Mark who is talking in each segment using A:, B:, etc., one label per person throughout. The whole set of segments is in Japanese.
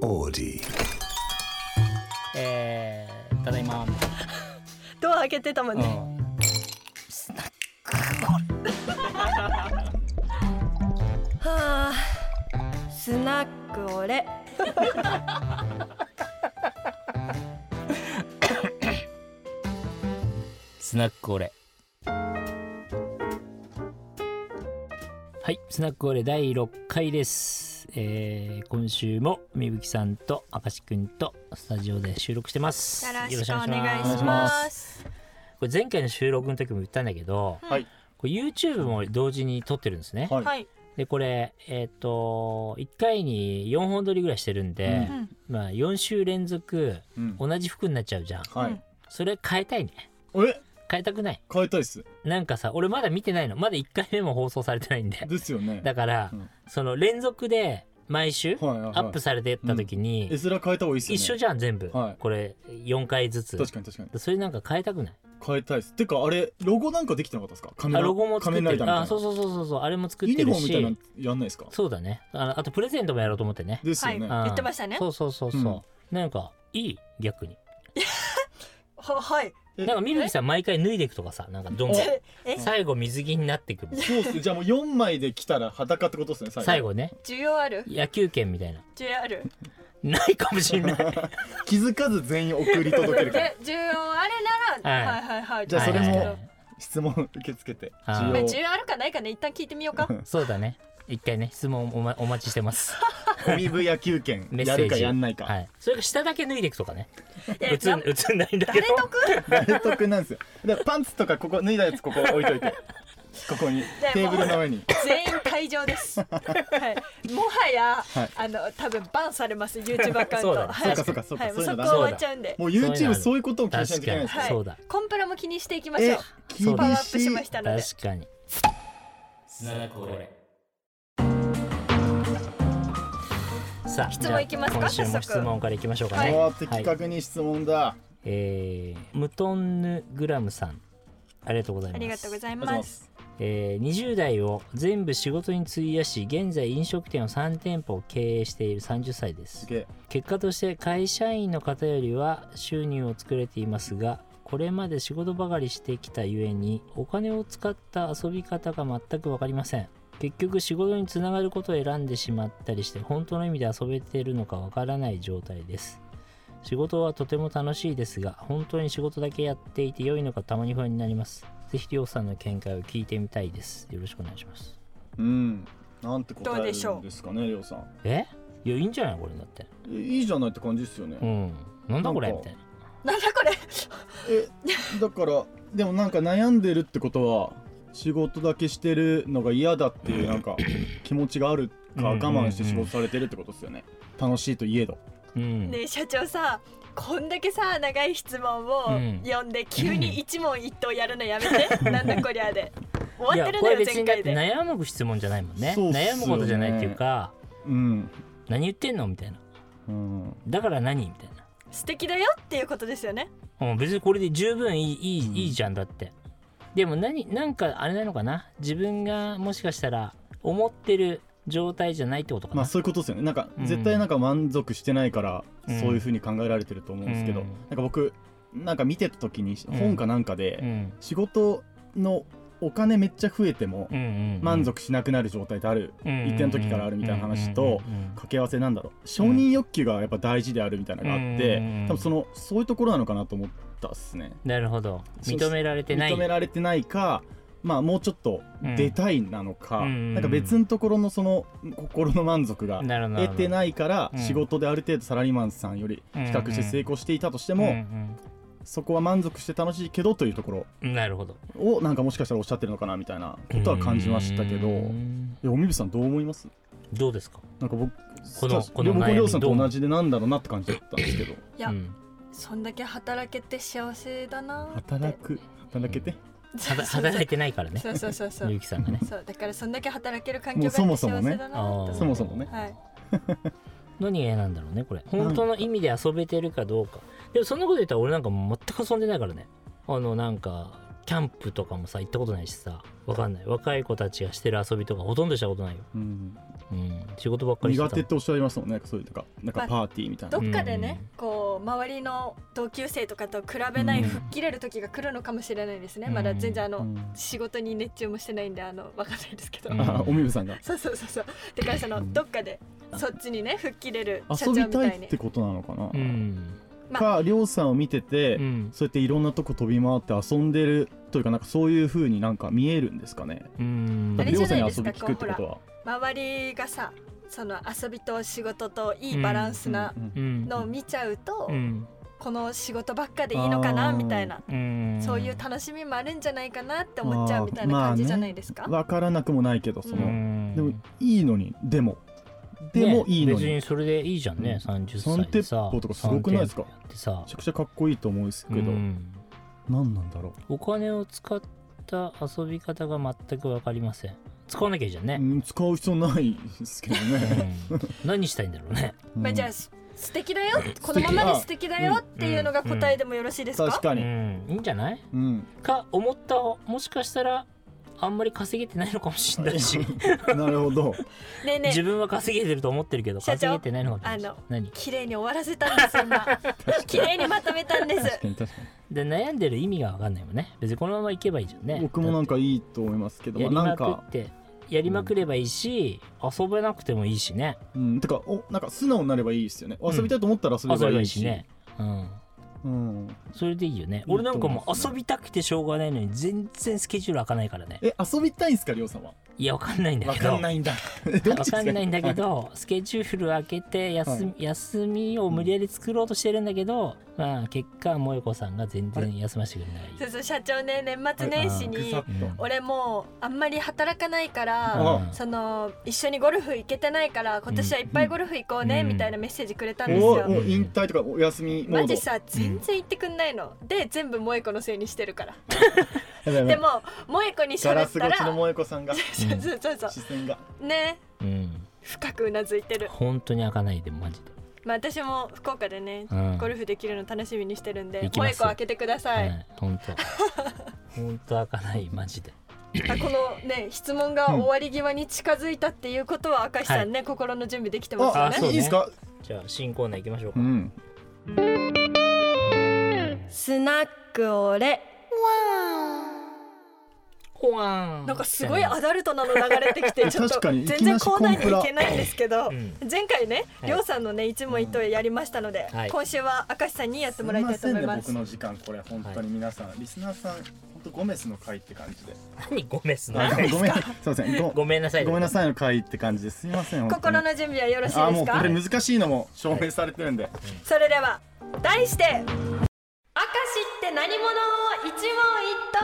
A: オーディ
B: えー、ただいまみたい
C: ドア開けてたもん
B: な、
C: ね。
B: うん、
C: はあ、スナックオレ。
B: スナックオレはいスナックオレ第6回です、えー、今週もみぶきさんと明石くんとスタジオで収録してます
C: よろしくお願い
B: よろくお願
C: し
B: いし
C: ま
B: ます
C: す。
B: これ前回の収録の時も言ったんだけど
D: はい。
B: これ YouTube も同時に撮ってるんですね、
D: はい
C: はい。
B: でこれえっ、と1回に4本撮りぐらいしてるんで、
C: うん
B: まあ4週連続
D: うん
B: 同じ服になっちゃうじゃん
D: は
C: う
D: い
C: ん。
B: それ変えたいね
D: え、
B: 変えたくない
D: 変えたいっす。
B: なんかさ俺まだ見てないのまだ1回目も放送されてないんで
D: ですよね。
B: だから、
D: うん
B: その連続で毎週
D: はいはいはい
B: アップされてった時に、
D: 絵面変えた方がいいっすよね。
B: 一緒じゃん全部、
D: はい
B: これ4回ずつ
D: 確かに確かに。
B: それなんか変えたくない
D: 変えたいっす。てかあれロゴなんかできてなかったですか？カメ
B: あ
D: ラ
B: ロゴも作って
D: 仮面ライダーみた
B: る
D: いな
B: あそうそうそうそうそうあれも作っ
D: ユ
B: て
D: ニ
B: る
D: フォームみたいな
B: し
D: のやんないですか？
B: そうだねあのあとプレゼントもやろうと思ってね
D: ですよね。
B: うん
C: 言ってましたね
B: そうそうそうそう、なんかいい逆に
C: は、はい。
D: え
B: なんかみるきさん毎回脱いでいくとかさなんかどんどん
C: え、 え
B: 最後水着になっていくみたい
D: そうっす。じゃあもう四枚で来たら裸ってことですね。
B: な
D: 最
B: 最
D: 後。
B: 後ね
C: 需要ある？
B: 野球券みたいな
C: 需要ある？
B: ないかもし んない
D: 気づかず全員送り届けるから。
C: で、需要あれなら、
B: は
C: はいいはいはい。
D: じゃあそれ
B: はいはい
D: も
B: はい
D: 質問受け付けて。
B: あー
D: 需
C: まあ
D: 要
C: 需要あるかないかね、一旦聞いてみようか。
B: そうだね一回ね質問お,、ま、お待ちして ます
D: コミブ野球券
B: メッセ
D: や
B: ージ
D: るかやんない
B: は
D: か。
B: い、それか下だけ脱いでいくとかね
C: え
B: 映ん映んないんだけど
C: 誰得？
D: 大得なんですよ。だからパンツとかここ脱いだやつここ置いといて。ここにテーブルの上に。
C: 全員退場 です。はい。もはや
D: はい、
C: あの多分バンされます。YouTube アカウン
B: そうだね
C: ト。はい。
D: そうかそうかそうか
C: はい。もう
D: そ
C: そ
D: うい
C: うこ
D: のだ
C: は終わっちゃうんで。
D: もう
B: そういうのあ
D: YouTube
B: る
D: そういうことを気にしない
B: 確
D: といけ
B: か
D: ないん
B: に
D: ですよ。
C: はい
B: そうだ
C: コンプラも気にしていきましょ
D: え
C: う。
D: 厳しい
C: パワーアップしましたので。
B: 確かにさあ
C: 質問いきますか
B: じゃあ今週も
C: 早
B: 質
C: 速
B: 問からいきましょうかね、
D: 回は的確に質問だ、
B: えー、ムトンヌグラムさんありがとうございま
C: あ
B: す
C: りがとうござい
D: ありがとうござい
C: ま
D: ますす。
B: えー20代を全部仕事に費やし現在飲食店を3店舗を経営している30歳です
D: すげえ
B: 結果として会社員の方よりは収入を作れていますがこれまで仕事ばかりしてきたゆえにお金を使った遊び方が全く分かりません結局仕事につながることを選んでしまったりして本当の意味で遊べているのかわからない状態です仕事はとても楽しいですが本当に仕事だけやっていて良いのかたまに不安になりますぜひりょうさんの見解を聞いてみたいですよろしくお願いします
D: うんなんて答
C: どう
D: え
C: でしょ
D: る
C: うん
D: ですかねりょうさん
B: えいやいいんじゃないこれだって
D: えいいじゃないって感じですよね、
B: うんなんだこれ
D: なん
B: み
D: か
B: たいな
C: なんだこれ。
D: えだからでもなんか悩んでるってことは仕事だけしてるのが嫌だっていうなんか気持ちがあるか
B: うん
D: 我慢して仕事されてるってことですよね、楽しいといえど
B: うん
C: ねえ社長さこんだけさ長い質問を
B: うん
C: 読んで、急に一問一答やるのやめてなんだこりゃで
B: い
C: 終わっ
B: や
C: てる
B: こ
C: の
B: れ
C: よ
B: 別
C: 前
B: にだっ
C: 回
B: て
C: で
B: 悩む質問じゃないもんね
D: そうっすよね
B: 悩むことじゃないっていうか
D: うん、
B: 何言ってんのみたいな
D: うん、
B: だから何みたい
C: 素敵だよっていうことですよね
B: な、うん、別にこれで十分いいいい,、
D: うん
B: いいじゃんだってでも何なんかあれなのかな自分がもしかしたら思ってる状態じゃないってことかな、
D: まあそういうことですよねなんか
B: うん
D: 絶対なんか満足してないから
B: うん
D: そういうふうに考えられてると思うんですけど、
B: うん
D: なんか僕なんか見てた時に本かなんかで、
B: うん、
D: 仕事のお金めっちゃ増えても
B: うんうんうん
D: 満足しなくなる状態ってある一定の時からあるみたいな話と
B: うんうんうんうん
D: 掛け合わせなんだろう承認欲求がやっぱ大事であるみたいなのがあって
B: うん
D: 多分そのそういうところなのかなと思ったっすね
B: なるほど認められてない
D: 認められてないかまあもうちょっと出たいなのか、
B: うん
D: なんか別のところのその心の満足が
B: なるほど
D: 得てないから
B: うん
D: 仕事である程度サラリーマンさんより比較して成功していたとして
B: で
D: も、そこは満足して楽しいけどというところ
B: なるほど
D: をなんかもしかしたらおっしゃってるのかなみたいなことは感じましたけど、
B: うん
D: えおみぶさんどう思います
B: どうですか
D: なんか僕
B: この
D: スタ
B: この
D: 僕
B: 悩み
D: りょうさん
B: ど
D: と
B: う
D: 同じでなんだろうなって感じだったんですけど
C: いや、
B: うん
C: そんだけ働けて幸せだなーって
D: 働く働けて
C: そうそう
B: 働
C: そう
B: 働いてないからね
C: そうそうそうそ
B: ゆう
C: う
B: きさんがね
C: そうだからそんだけ働ける環
D: も
C: 境が
D: う
C: あ
D: そ
C: って
D: もそも
C: 幸
D: ね
C: せだなーって
D: そもそもね
C: はい
B: 何が嫌なんだろうねこれ本当の意味で遊べてるかどうかでもそんなこと言ったら俺なんかもう全く遊んでないからねあのなんかキャンプとかもさ行ったことないしさわかんない若い子たちがしてる遊びとかほとんどしたことないよ、
D: うん、
B: うん、仕事ばっかりして
D: 苦
B: た
D: 手っておっしゃいますもんねそういうとかなんかパーティーみたいな
C: どっかでね、こう周りの同級生とかと比べない吹っ切れる時が来るのかもしれないですね、
B: うん
C: まだ全然あの、
D: うん
C: 仕事に熱中もしてないんであのわかんないですけど、
B: うん
D: あおみぶさんが
C: そうそうそうそうてかそのどっかでそっちにね吹っ切れる社長
D: 遊
C: み
D: びた
C: た
D: い
C: い
D: っ
C: に
D: てことなのかな、
B: うん
C: まあ
D: かりょうさんを見てて、
B: うん
D: そうやっていろんなとこ飛び回って遊んでるというかなんかそういう風になんか見えるんですかね
B: うん
D: だって
C: れ
D: りょ
C: じ
D: う
C: ゃ
D: さ
C: ない
D: んに
C: で
D: 遊
C: す
D: び
C: か
D: 聞くってことは
C: 周りがさその遊びと仕事といいバランスな
D: うんうん
B: うん
C: のを見ちゃうと、
B: うん
C: この仕事ばっかでいいのかな
D: あー
C: みたいな、
B: うん
C: そういう楽しみもあるんじゃないかなって思っちゃうみたいな感じじゃないですか、
D: わからなくもないけどその、
B: うん
D: でもいいのにでもでもいい
B: ね
D: の
B: 別
D: に、
B: にそれでいいじゃんね、30歳でさ
D: 三鉄砲とかすごくないですか
B: 三鉄砲やってさ
D: めちゃくちゃかっこいいと思うんですけど、
B: うん
D: 何なんだろ
B: お金を使った遊び方が全く分かりません使わなきゃいいじゃん
D: う、
B: ね、
D: うん使う必要ないですけ どね、
B: うん何したいんだろうね
D: うん
C: まあ、じゃあす素敵だよこのままで素敵だよっていうのが答えでもよろしいですか、
D: 確か
B: う
D: に、
B: んいいんじゃない
D: うん、
B: か思ったもしかしたらあんまり稼げてないのかもしれない し、
D: なるほ ど
C: ねえね
B: 自
C: え
B: 分は稼げてると思ってるけど
C: 社長
B: 稼げてないのかもしれない
C: あの
B: 何
C: 綺麗に終わらせたんです今綺麗にまとめたんです
D: 確かに確か
B: で悩んでる意味が分かんないもんね別にこのままいけばいいじゃんね
D: に僕もなんかいいと思いますけど
B: やり
D: まあな
B: ま
D: ん
B: く
D: か
B: ってやりまくればいいし、遊べなくてもいいしね
D: うん、てかおなんか素直になればいいですよね
B: ん
D: 遊びたいと思ったら遊
B: 遊
D: べば
B: べば
D: い
B: いい
D: い
B: し
D: し,、
B: ねうん
D: うん、
B: それでいいよね
D: いいと思
B: 俺なんかもう
D: います
B: 遊
D: ね
B: びたくてしょうがないのに全然スケジュール開かないからね
D: え遊びたいんすかりょうさんはい
B: やわかんないんだ
D: わ
B: けど
D: かんないんだえどっち
B: わ
D: です
B: かんないんだけどスケジュール開けて休み,、
D: は
B: 休みを無理やり作ろうとしてるんだけど、まあ結果萌子さんが全然休ませてくれない
C: そうそう社長ね年末年始
D: ぐ
C: に
D: さっと
B: うん
C: 俺もうあんまり働かないから
D: あ
C: その一緒にゴルフ行けてないから今年はいっぱいゴルフ行こうね
B: うん
C: みたいなメッセージくれたんです
D: お
C: よ
D: お引退とかお休みモ
C: マ
D: ード
C: ジさ全然言ってくんないので全部萌子のせいにしてるから
D: やばいやば
C: で
D: い
C: も萌子に
D: ガ
C: 喋
D: ラ
C: っ
D: ス
C: た
D: 越
C: ら
D: しの萌子さん が
C: そうそうそうそ
D: 視線が
C: うね
B: うん、うん、
C: 深くうなずいてる
B: 本当に開かないでマジで、
C: まあ私も福岡でね
B: うん、
C: ゴルフできるの楽しみにしてるんで
B: 行きま
C: 萌
B: す
C: 子開けてください、
B: うん本当本当開かないマジで
C: あこのね質問が終わり際に近づいたっていうことは明石さんね、心の準備できてますよ
D: あ
B: あ
C: ね
B: そうね
D: いいですか
B: じゃあ新コーナー行きましょうか、
D: ん
C: スナックオレ
B: ほわー
C: なんかすごいアダルトなの流れてきてちょっと
D: 確かに
C: 全然コーナーにはい
D: きなし
C: けな
D: コンプラ
C: いんですけど、
B: うん
C: 前回ね、
B: はい
C: りょうさんのね一問一答やりましたので、
B: はい
C: 今週は明石さんにやってもらいたいと思います
D: すいませんね僕の時間これ本当に皆さん、リスナーさん本当ゴメスの会って感じで
B: 何ゴメスの
D: あごめんすいませんご
B: ごめんなさい
D: ごめんなさいの会って感じですいません
C: 心の
D: 本
C: 準備はよろしい
D: 当にあ
C: です
D: もうこ
C: か
D: れ難しいのも証明されてるんで、
C: それでは題して明石って何者一問一答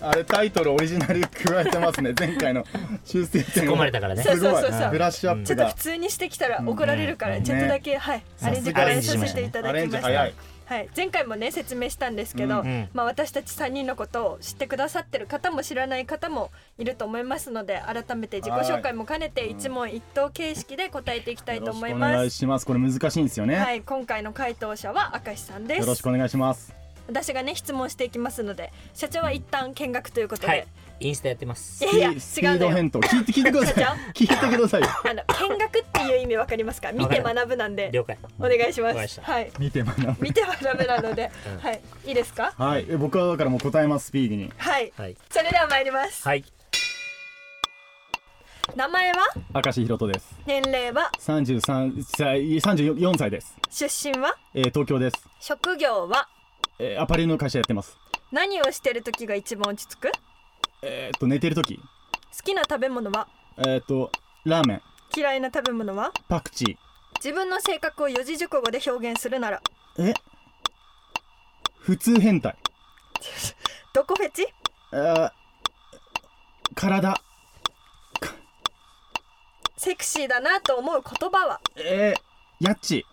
D: あれタイトルオリジナル加えてます ね前回の修正
B: 突
D: 点
B: っ込まれたからね
D: すごい
C: そうそうそうそう
D: ブラッシュアッ
C: ちょ
D: プ
C: っと
D: が
C: 普通にしてきたら怒られるから、
D: うん
C: ちょっとだけ、はいアレンジ加えさせていただ
D: アレ
C: き
D: ンジ
C: ました
D: 早い
C: はい、前回もね説明したんですけど、
D: うん
B: うん
C: まあ、私たち3人のことを知ってくださってる方も知らない方もいると思いますので改めて自己紹介も兼ねて
D: い
C: 一問一答形式で答えていきたいと思い
D: よろしくお願
C: ま
D: い
C: す。
D: しますこれ難しいんですよね、
C: はい、今回の回答者は明石さんで
D: よろし
C: す
D: くお願いします
C: 私がね質問していきますので社長は一旦見学ということで、
B: はいインスタやってます
C: えいや
D: スピスピード
C: 違うのよ
D: 返答聞いて聞いてください
C: 社
D: 聞いてくださいよ
C: あの見学っていう意味わかりますか見て学ぶなんで
B: 了解
C: お願いしま
B: わかりますした、
C: はい
D: 見て学ぶ
C: 見てはダメなので
B: うん
C: はい、いいですか。
D: はいえ僕はだからもう答えますスピーディーに
C: はい、
B: はい
C: それでは参ります。
B: はい
C: 名前は、
D: 明石ひろとです
C: 年齢は、
D: 33歳34歳です、
C: 出身は、
D: えー、東京です、
C: 職業は。
D: えー、アパレルの会社やってます
C: 何をしてる時が一番落ち着く。好
D: えー、っと寝てる時
C: きな食べ物は、
D: えー、っとラーメン
C: 嫌いな食べ物は。
D: パクチ
C: 自分の性格を四字熟語で表現するなら、
D: ーえ普通変態
C: どこフェチ。
D: えー、体
C: セクシーだなと思う言葉は。
D: えー、やっち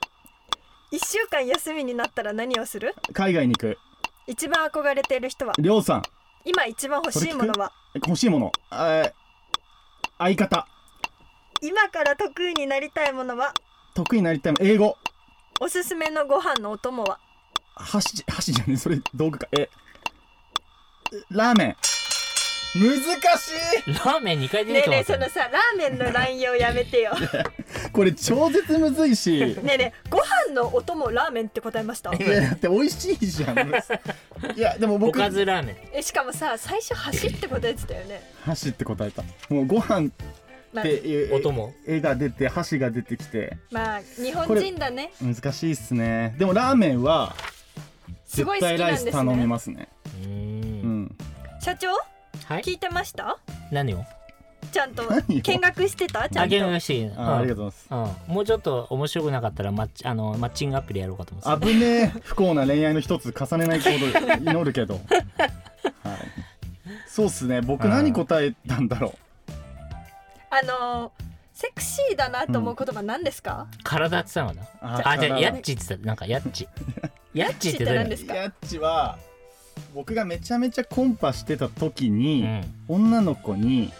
C: 一週間休みになったら何をする
D: 海外に行く
C: 一番憧れている人は
D: りょうさん
C: 今一番欲しいものは
D: 欲しいものえー、相方
C: 今から得意になりたいものは
D: 得意になりたいもの英語
C: おすすめのご飯のお供は
D: 箸箸じゃねえそれ道具かえラーメン難し
B: ラーメン2回出
C: ね
B: て
C: え
B: き
C: ねえ
B: ます
C: そのさラーメンの乱用やめ てよね
D: いこれ超絶むずい し
C: えねえご飯のお供ラーメンって答えました
D: いやだって美味しいじゃんいやでも
B: お
D: 僕
B: かずラーメン
C: えしかもさ最初走って答えてたよね
D: 箸って答えたもうご飯
C: まあ
D: っていう
B: お供
D: 絵が出て箸が出てきて
C: まあ日本人だね
D: 難しいっすねでもラーメンは
C: す
D: 絶
C: ごい好
D: 対
C: き
D: ラ
C: な
D: イ
C: ん
D: ス
C: です
D: 頼
C: ね
D: みますね
B: うー
D: うんん
C: 社長
B: はい
C: 聞いてました
B: 何を
C: ちゃんと
D: 何よ
C: 見学してたちゃ
B: あ
C: ん
B: げ
C: と
B: ましていいの
D: あありが
B: と
D: とうござい
B: うん、もうちょっと面白くなかったらマッチあのマッチングアプリやろうかと思ってた
D: ます危ねえ不幸な恋愛の一つ重ねないことを祈 るけどはいそうっすね僕何答えたんだろ
C: あのーセクシーだなと思う言葉何ですか、
B: 体って言ったのか
D: う
B: なあじゃあ
D: 体
B: ヤッチって言ってたなんかヤッ チヤッチって
C: ヤッチって何
B: 誰
C: ですか
D: ヤッチは僕がめちゃめちゃコンパしてた時に、
B: うん
D: 女の子に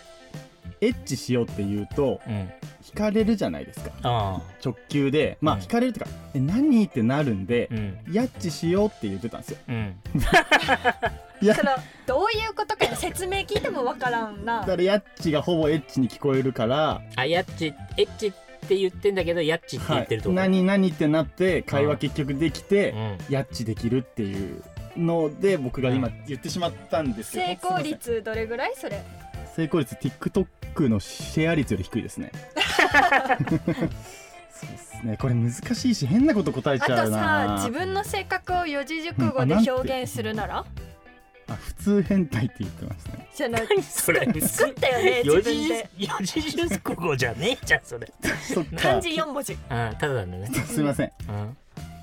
D: エッチしようって言うと
B: うん
D: 惹かれるじゃないですか
B: あ
D: 直球でまあ
B: うん
D: 惹かれるっていうか、え何ってなるんで
B: ーう、ん
D: ヤッチしようって言ってたんですよ
B: うん
D: や
C: そのどういうことかの説明聞いてもわからんな
D: だからヤッチがほぼエッチに聞こえるから、
B: あヤッチエッチって言ってんだけどヤッチって言ってるとこ、
D: 何何ってなって会話結局できて、
B: うん
D: ヤッチできるっていうので僕が今言ってしまったんですけど
C: 成功
D: すいま
C: 率どれぐらいそれ
D: せん成功率 TikTok のシェア率より低いで すね そうですねこれ難しいし変なこと答え
C: あ
D: ちゃう
C: とさ
D: な
C: 自分の性格を四字熟語
D: うんあ
C: で
D: なんて
C: 表現するな ら
D: あ普通変態って言ってます ね
C: じゃない
B: 何それ
C: 作ったよ ね自
B: 四
C: 分
B: 字
C: で
B: 四字熟語じゃねえじゃんそれ
D: そっ
C: 漢
D: か
C: 字四文字
B: あただなんだね、
D: すいませんい
B: うん、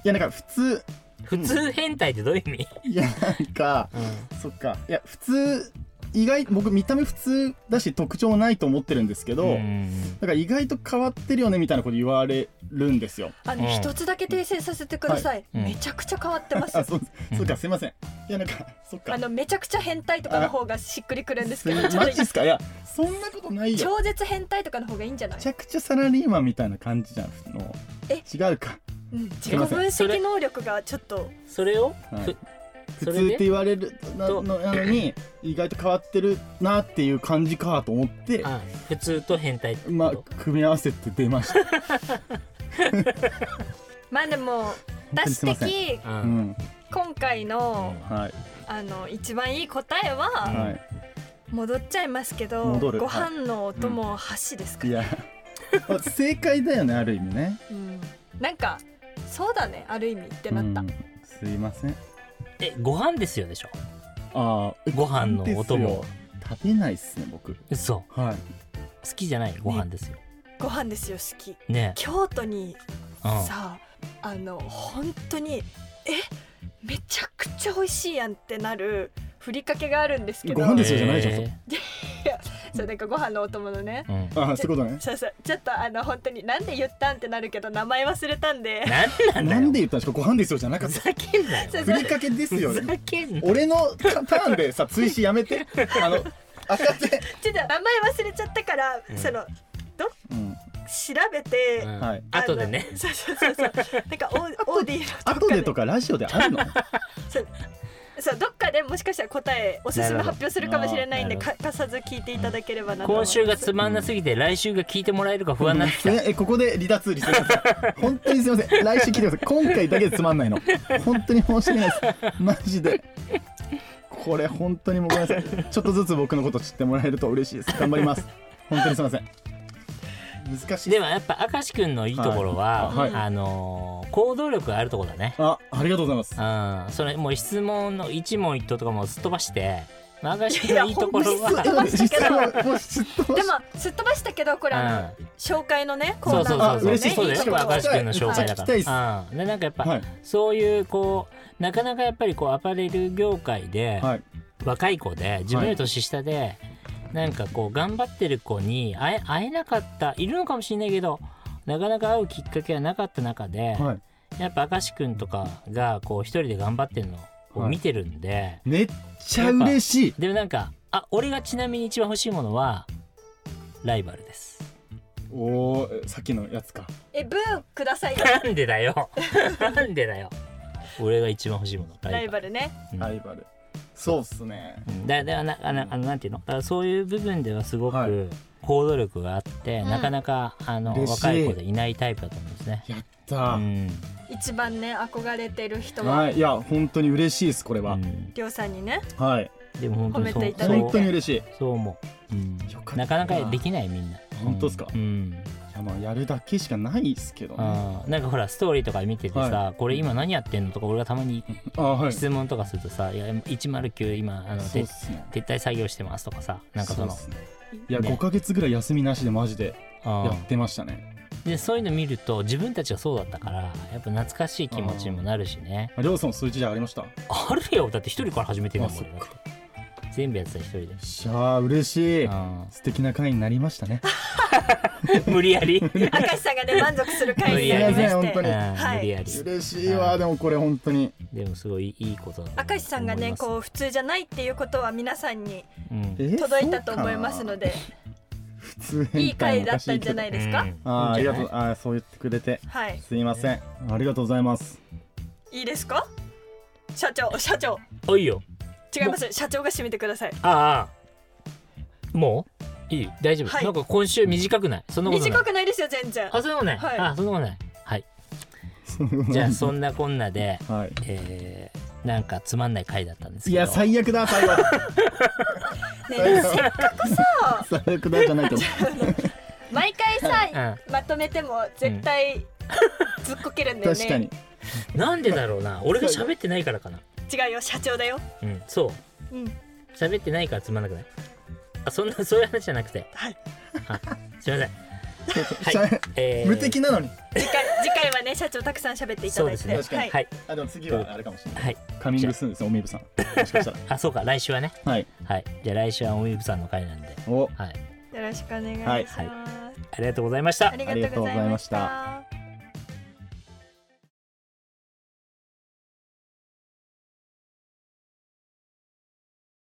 D: やなんか普通
B: 普通変態ってどういう意味、
D: いやなんか
B: うん、
D: そっかいや普通意外僕見た目普通だし特徴ないと思ってるんですけど、
B: ん
D: だから意外と変わってるよねみたいなこと言われるんですよ。
C: あの
B: うん
C: 一つだけ訂正させてください、
B: はいうん
C: めちゃくちゃ変わってます
D: あ、 そう、
B: うん
D: そっか、すいません。いや、なんか、そっか。
C: あのめちゃくちゃ変態とかの方がしっくりくるんですけど
D: す
C: ちょっ
D: マ
C: と
D: ジっすか、いや、そんなことないよ。
C: 超絶変態とかの方がいいんじゃない
D: めちゃくちゃサラリーマンみたいな感じじゃん。の
C: え
D: 違うか。
C: うん、自己分析能力がちょっと
B: それを、
D: はい
B: ふ
D: 普
B: そ
D: 通
B: れ
D: って
B: で
D: 言われるな
B: と
D: のなのに、意外と変わってるなっていう感じかと思って、
B: あ普通と変態ってこと、
D: まあ、組み合わせて出 ました。本
C: まあで も
D: 当に
C: 私
D: すいません。
C: 的
B: あ
D: うん、
C: 今回の
D: はい、
C: あの一番いい答えは
D: はい。
C: 戻っちゃいますけど
D: 戻る
C: ご飯のお供箸ですか
D: い
C: ら、
D: や、あ正解だよね、ある意味ね。
C: うん、なんかそうだねある意味ってなった、
D: うんすいません。
B: えご飯ですよでしょ
D: ああ、
B: ご飯のお供
D: ですよ食べないっすね僕
B: 嘘
D: はい
B: 好きじゃないご飯ですよ
C: ご飯ですよ好き
B: ね
C: 京都に
B: え、うん、
C: さあの本当にえめちゃくちゃ美味しいやんってなるふりかけがあるんですけど
D: ご飯ですよじゃないじゃん
B: え
C: そうなんかご飯のお供のね
B: ーうん
D: ああそういうことね
C: そうそうちょっとあの本当になんで言ったんってなるけど名前忘れたんで
B: なんなんだよ
D: なんで言ったんですかご飯ですよじゃなか
B: ふ
D: った
B: ざけんなよ
C: そう
D: ふりかけですよ
B: ふざけんな
D: 俺のターンでさ追試やめてあの赤手
C: ちょっと名前忘れちゃったから、
B: うん
C: その
D: うん
C: 調べて、
B: うん
D: はい
B: 後でね
C: あのそうそうそう そうなんかオーオーディの
D: 後で
C: どっ
D: と
C: か
D: かラジオであるの
C: そうどっかでもしかしたら答えおすすめ
B: なるほど
C: 発表するかもしれないんで
B: な
C: かかさず聞いていただければなと思い
B: 今
C: ます
B: 週がつまんなすぎて来週が聞いてもらえるか不安になってきた
D: いやえここで離脱離 脱本当にすいません来週聞いてください今回だけでつまんないの本当に申し訳ないですマジでこれ本当にもうごめんなさいちょっとずつ僕のこと知ってもらえると嬉しいです頑張ります本当にすいません難しい
B: でもやっぱ明石君のいいところは、
D: はい
B: あのー行動力があるところだね
D: あありがとうございます
B: うんそれもう質問の一問一答とかもすっ飛ばしてまあ明石君
C: いや
B: のいいところ
C: ほんま
B: は
C: に
D: もう知ってます
C: でもすっ飛ばしたけどこれあの、
B: うん
C: 紹介のねコ
B: そ
C: ー
B: うそうそうそ
C: ナー
D: あ
B: う
C: の
D: 嬉し
B: そ
D: いう
B: だよ
D: し
B: こ
D: かも
B: れ明石君の紹介だ
D: 聞きたいっす
B: から、うん、でなんかやっぱ、
D: はい
B: そういうこうなかなかやっぱりこうアパレル業界で、
D: はい
B: 若い子で自分より年下で、なんかこう頑張ってる子に会え会えなかったいるのかもしれないけどなかなか会うきっかけがなかった中で、
D: はい
B: やっぱ明石君とかがこう一人で頑張ってるのを見てるんで、
D: めっちゃ嬉しい
B: でもなんかあ俺がちなみに一番欲しいものはライバルです
D: おーさっきのやつか
C: えブーくださいよ
B: なんでだよなんでだよ俺が一番欲しいものラ
C: ラ
B: イ
C: イ
B: バル
C: バルね
B: うん
D: ライバルそうっすね
B: うんだだなあのあのなんていうのだからそういう部分ではすご
D: はい
B: く行動力があって、
C: うん
B: なかなかあの
D: 嬉しい
B: 若い子でいないタイプだと思うんですね。
D: やっ
B: う
D: た、
B: ん
C: 一番ね憧れてる人は
D: はいいや本当に嬉しいですこれは、
B: うん
C: りょうさんにね
D: はい
B: でも本当にそ
C: 褒めて
B: う
C: いただいて
D: 本当に
B: そう
D: 嬉しい
B: そう思う、うん
D: よかった
B: なかなかできないみんな。
D: 本当っすか
B: うん
D: いやまあやるだけしかないですけどねあ
B: あーなんかほらストーリーとか見ててさ、
D: は
B: これ今何やってんのとか俺がたまに
D: はい
B: 質問とかするとさ「いや109今あの
D: そ
B: で
D: うっすね
B: 撤退作業してます」とかさなんかその
D: うっすねいや
B: ね
D: 5か月ぐらい休みなしでマジで
B: あ
D: や
B: ー
D: ってましたね
B: でそういうの見ると自分たちがそうだったからやっぱ懐かしい気持ちにもなるしね
D: ありょうさんもそういう時代ありました
B: あるよだって一人から始めてるんだもん
D: あ
B: 俺だって全部やってた一人で
D: しゃあ嬉しい
B: あ
D: 素敵な会になりましたね
B: ー 無理や り、うん
C: 明石さん がね満足する回
B: 無
C: に
B: 理
C: な
B: や
C: り
B: り
C: ま
B: ね
C: し
D: 本
B: 無
C: て
D: 当に
B: 理やり
D: 嬉しいわでもこれ本当に
B: でもすごいいいことだと思います
C: 明石さんがねこう普通じゃないっていうことは皆さんに
B: うん
D: え
C: 届いたと思いますので
D: 普通
C: い
D: 変
C: い
D: 態
C: 回
D: もお
C: だ
D: か
C: っ
D: した
C: んじ
D: け
C: ゃ
D: ど
C: ないですか、
B: うん
D: あーあ
B: いいんじ
D: り
B: ゃ
D: が
B: ない
D: とうあーそう言ってくれて
C: はい
D: すいませんありがとうございます
C: いいですか社長社長
B: あいいよ
C: 違います社長が締めてください
B: ああもういい大丈夫、
C: はい
B: なんか今週短くないそんなことない
C: 短くないですよ全然
B: あそんなことない、
C: はい
B: あそんなことないはい じゃあそんなこんなで
D: はい
B: えー、なんかつまんない回だったんですけ
D: い
B: ど
D: や最悪だ最悪
C: ねえせっ
D: 最悪だじゃないと思
C: 毎 回さ、
B: う
C: まとめても絶対ずっこけるん
D: う
C: だよ
D: 確か
C: ね
D: に
B: なんでだろうな俺が喋ってないからかな
C: 違うよ社長だよ
B: うんそう
C: うん
B: 喋ってないからつまんなくないあそんなそういう話じゃなくて
C: はい
B: あすいません
D: しゃべ
B: えー
D: 無敵なのに
C: 次回次回はね社長たくさん喋っていただいて
B: そうです
D: ね
C: は
B: はいい、
D: あでも次はあれかもしれない
B: はい
D: カミングスーンですねおみ ぶさんもしかしたら
B: あそうか来週はね
D: はい
B: はいじゃあ来週はおみぶさんの回なんで
D: お
B: はい
C: よろしくお願いします、
B: はいありがとうございました
C: ありがとうございました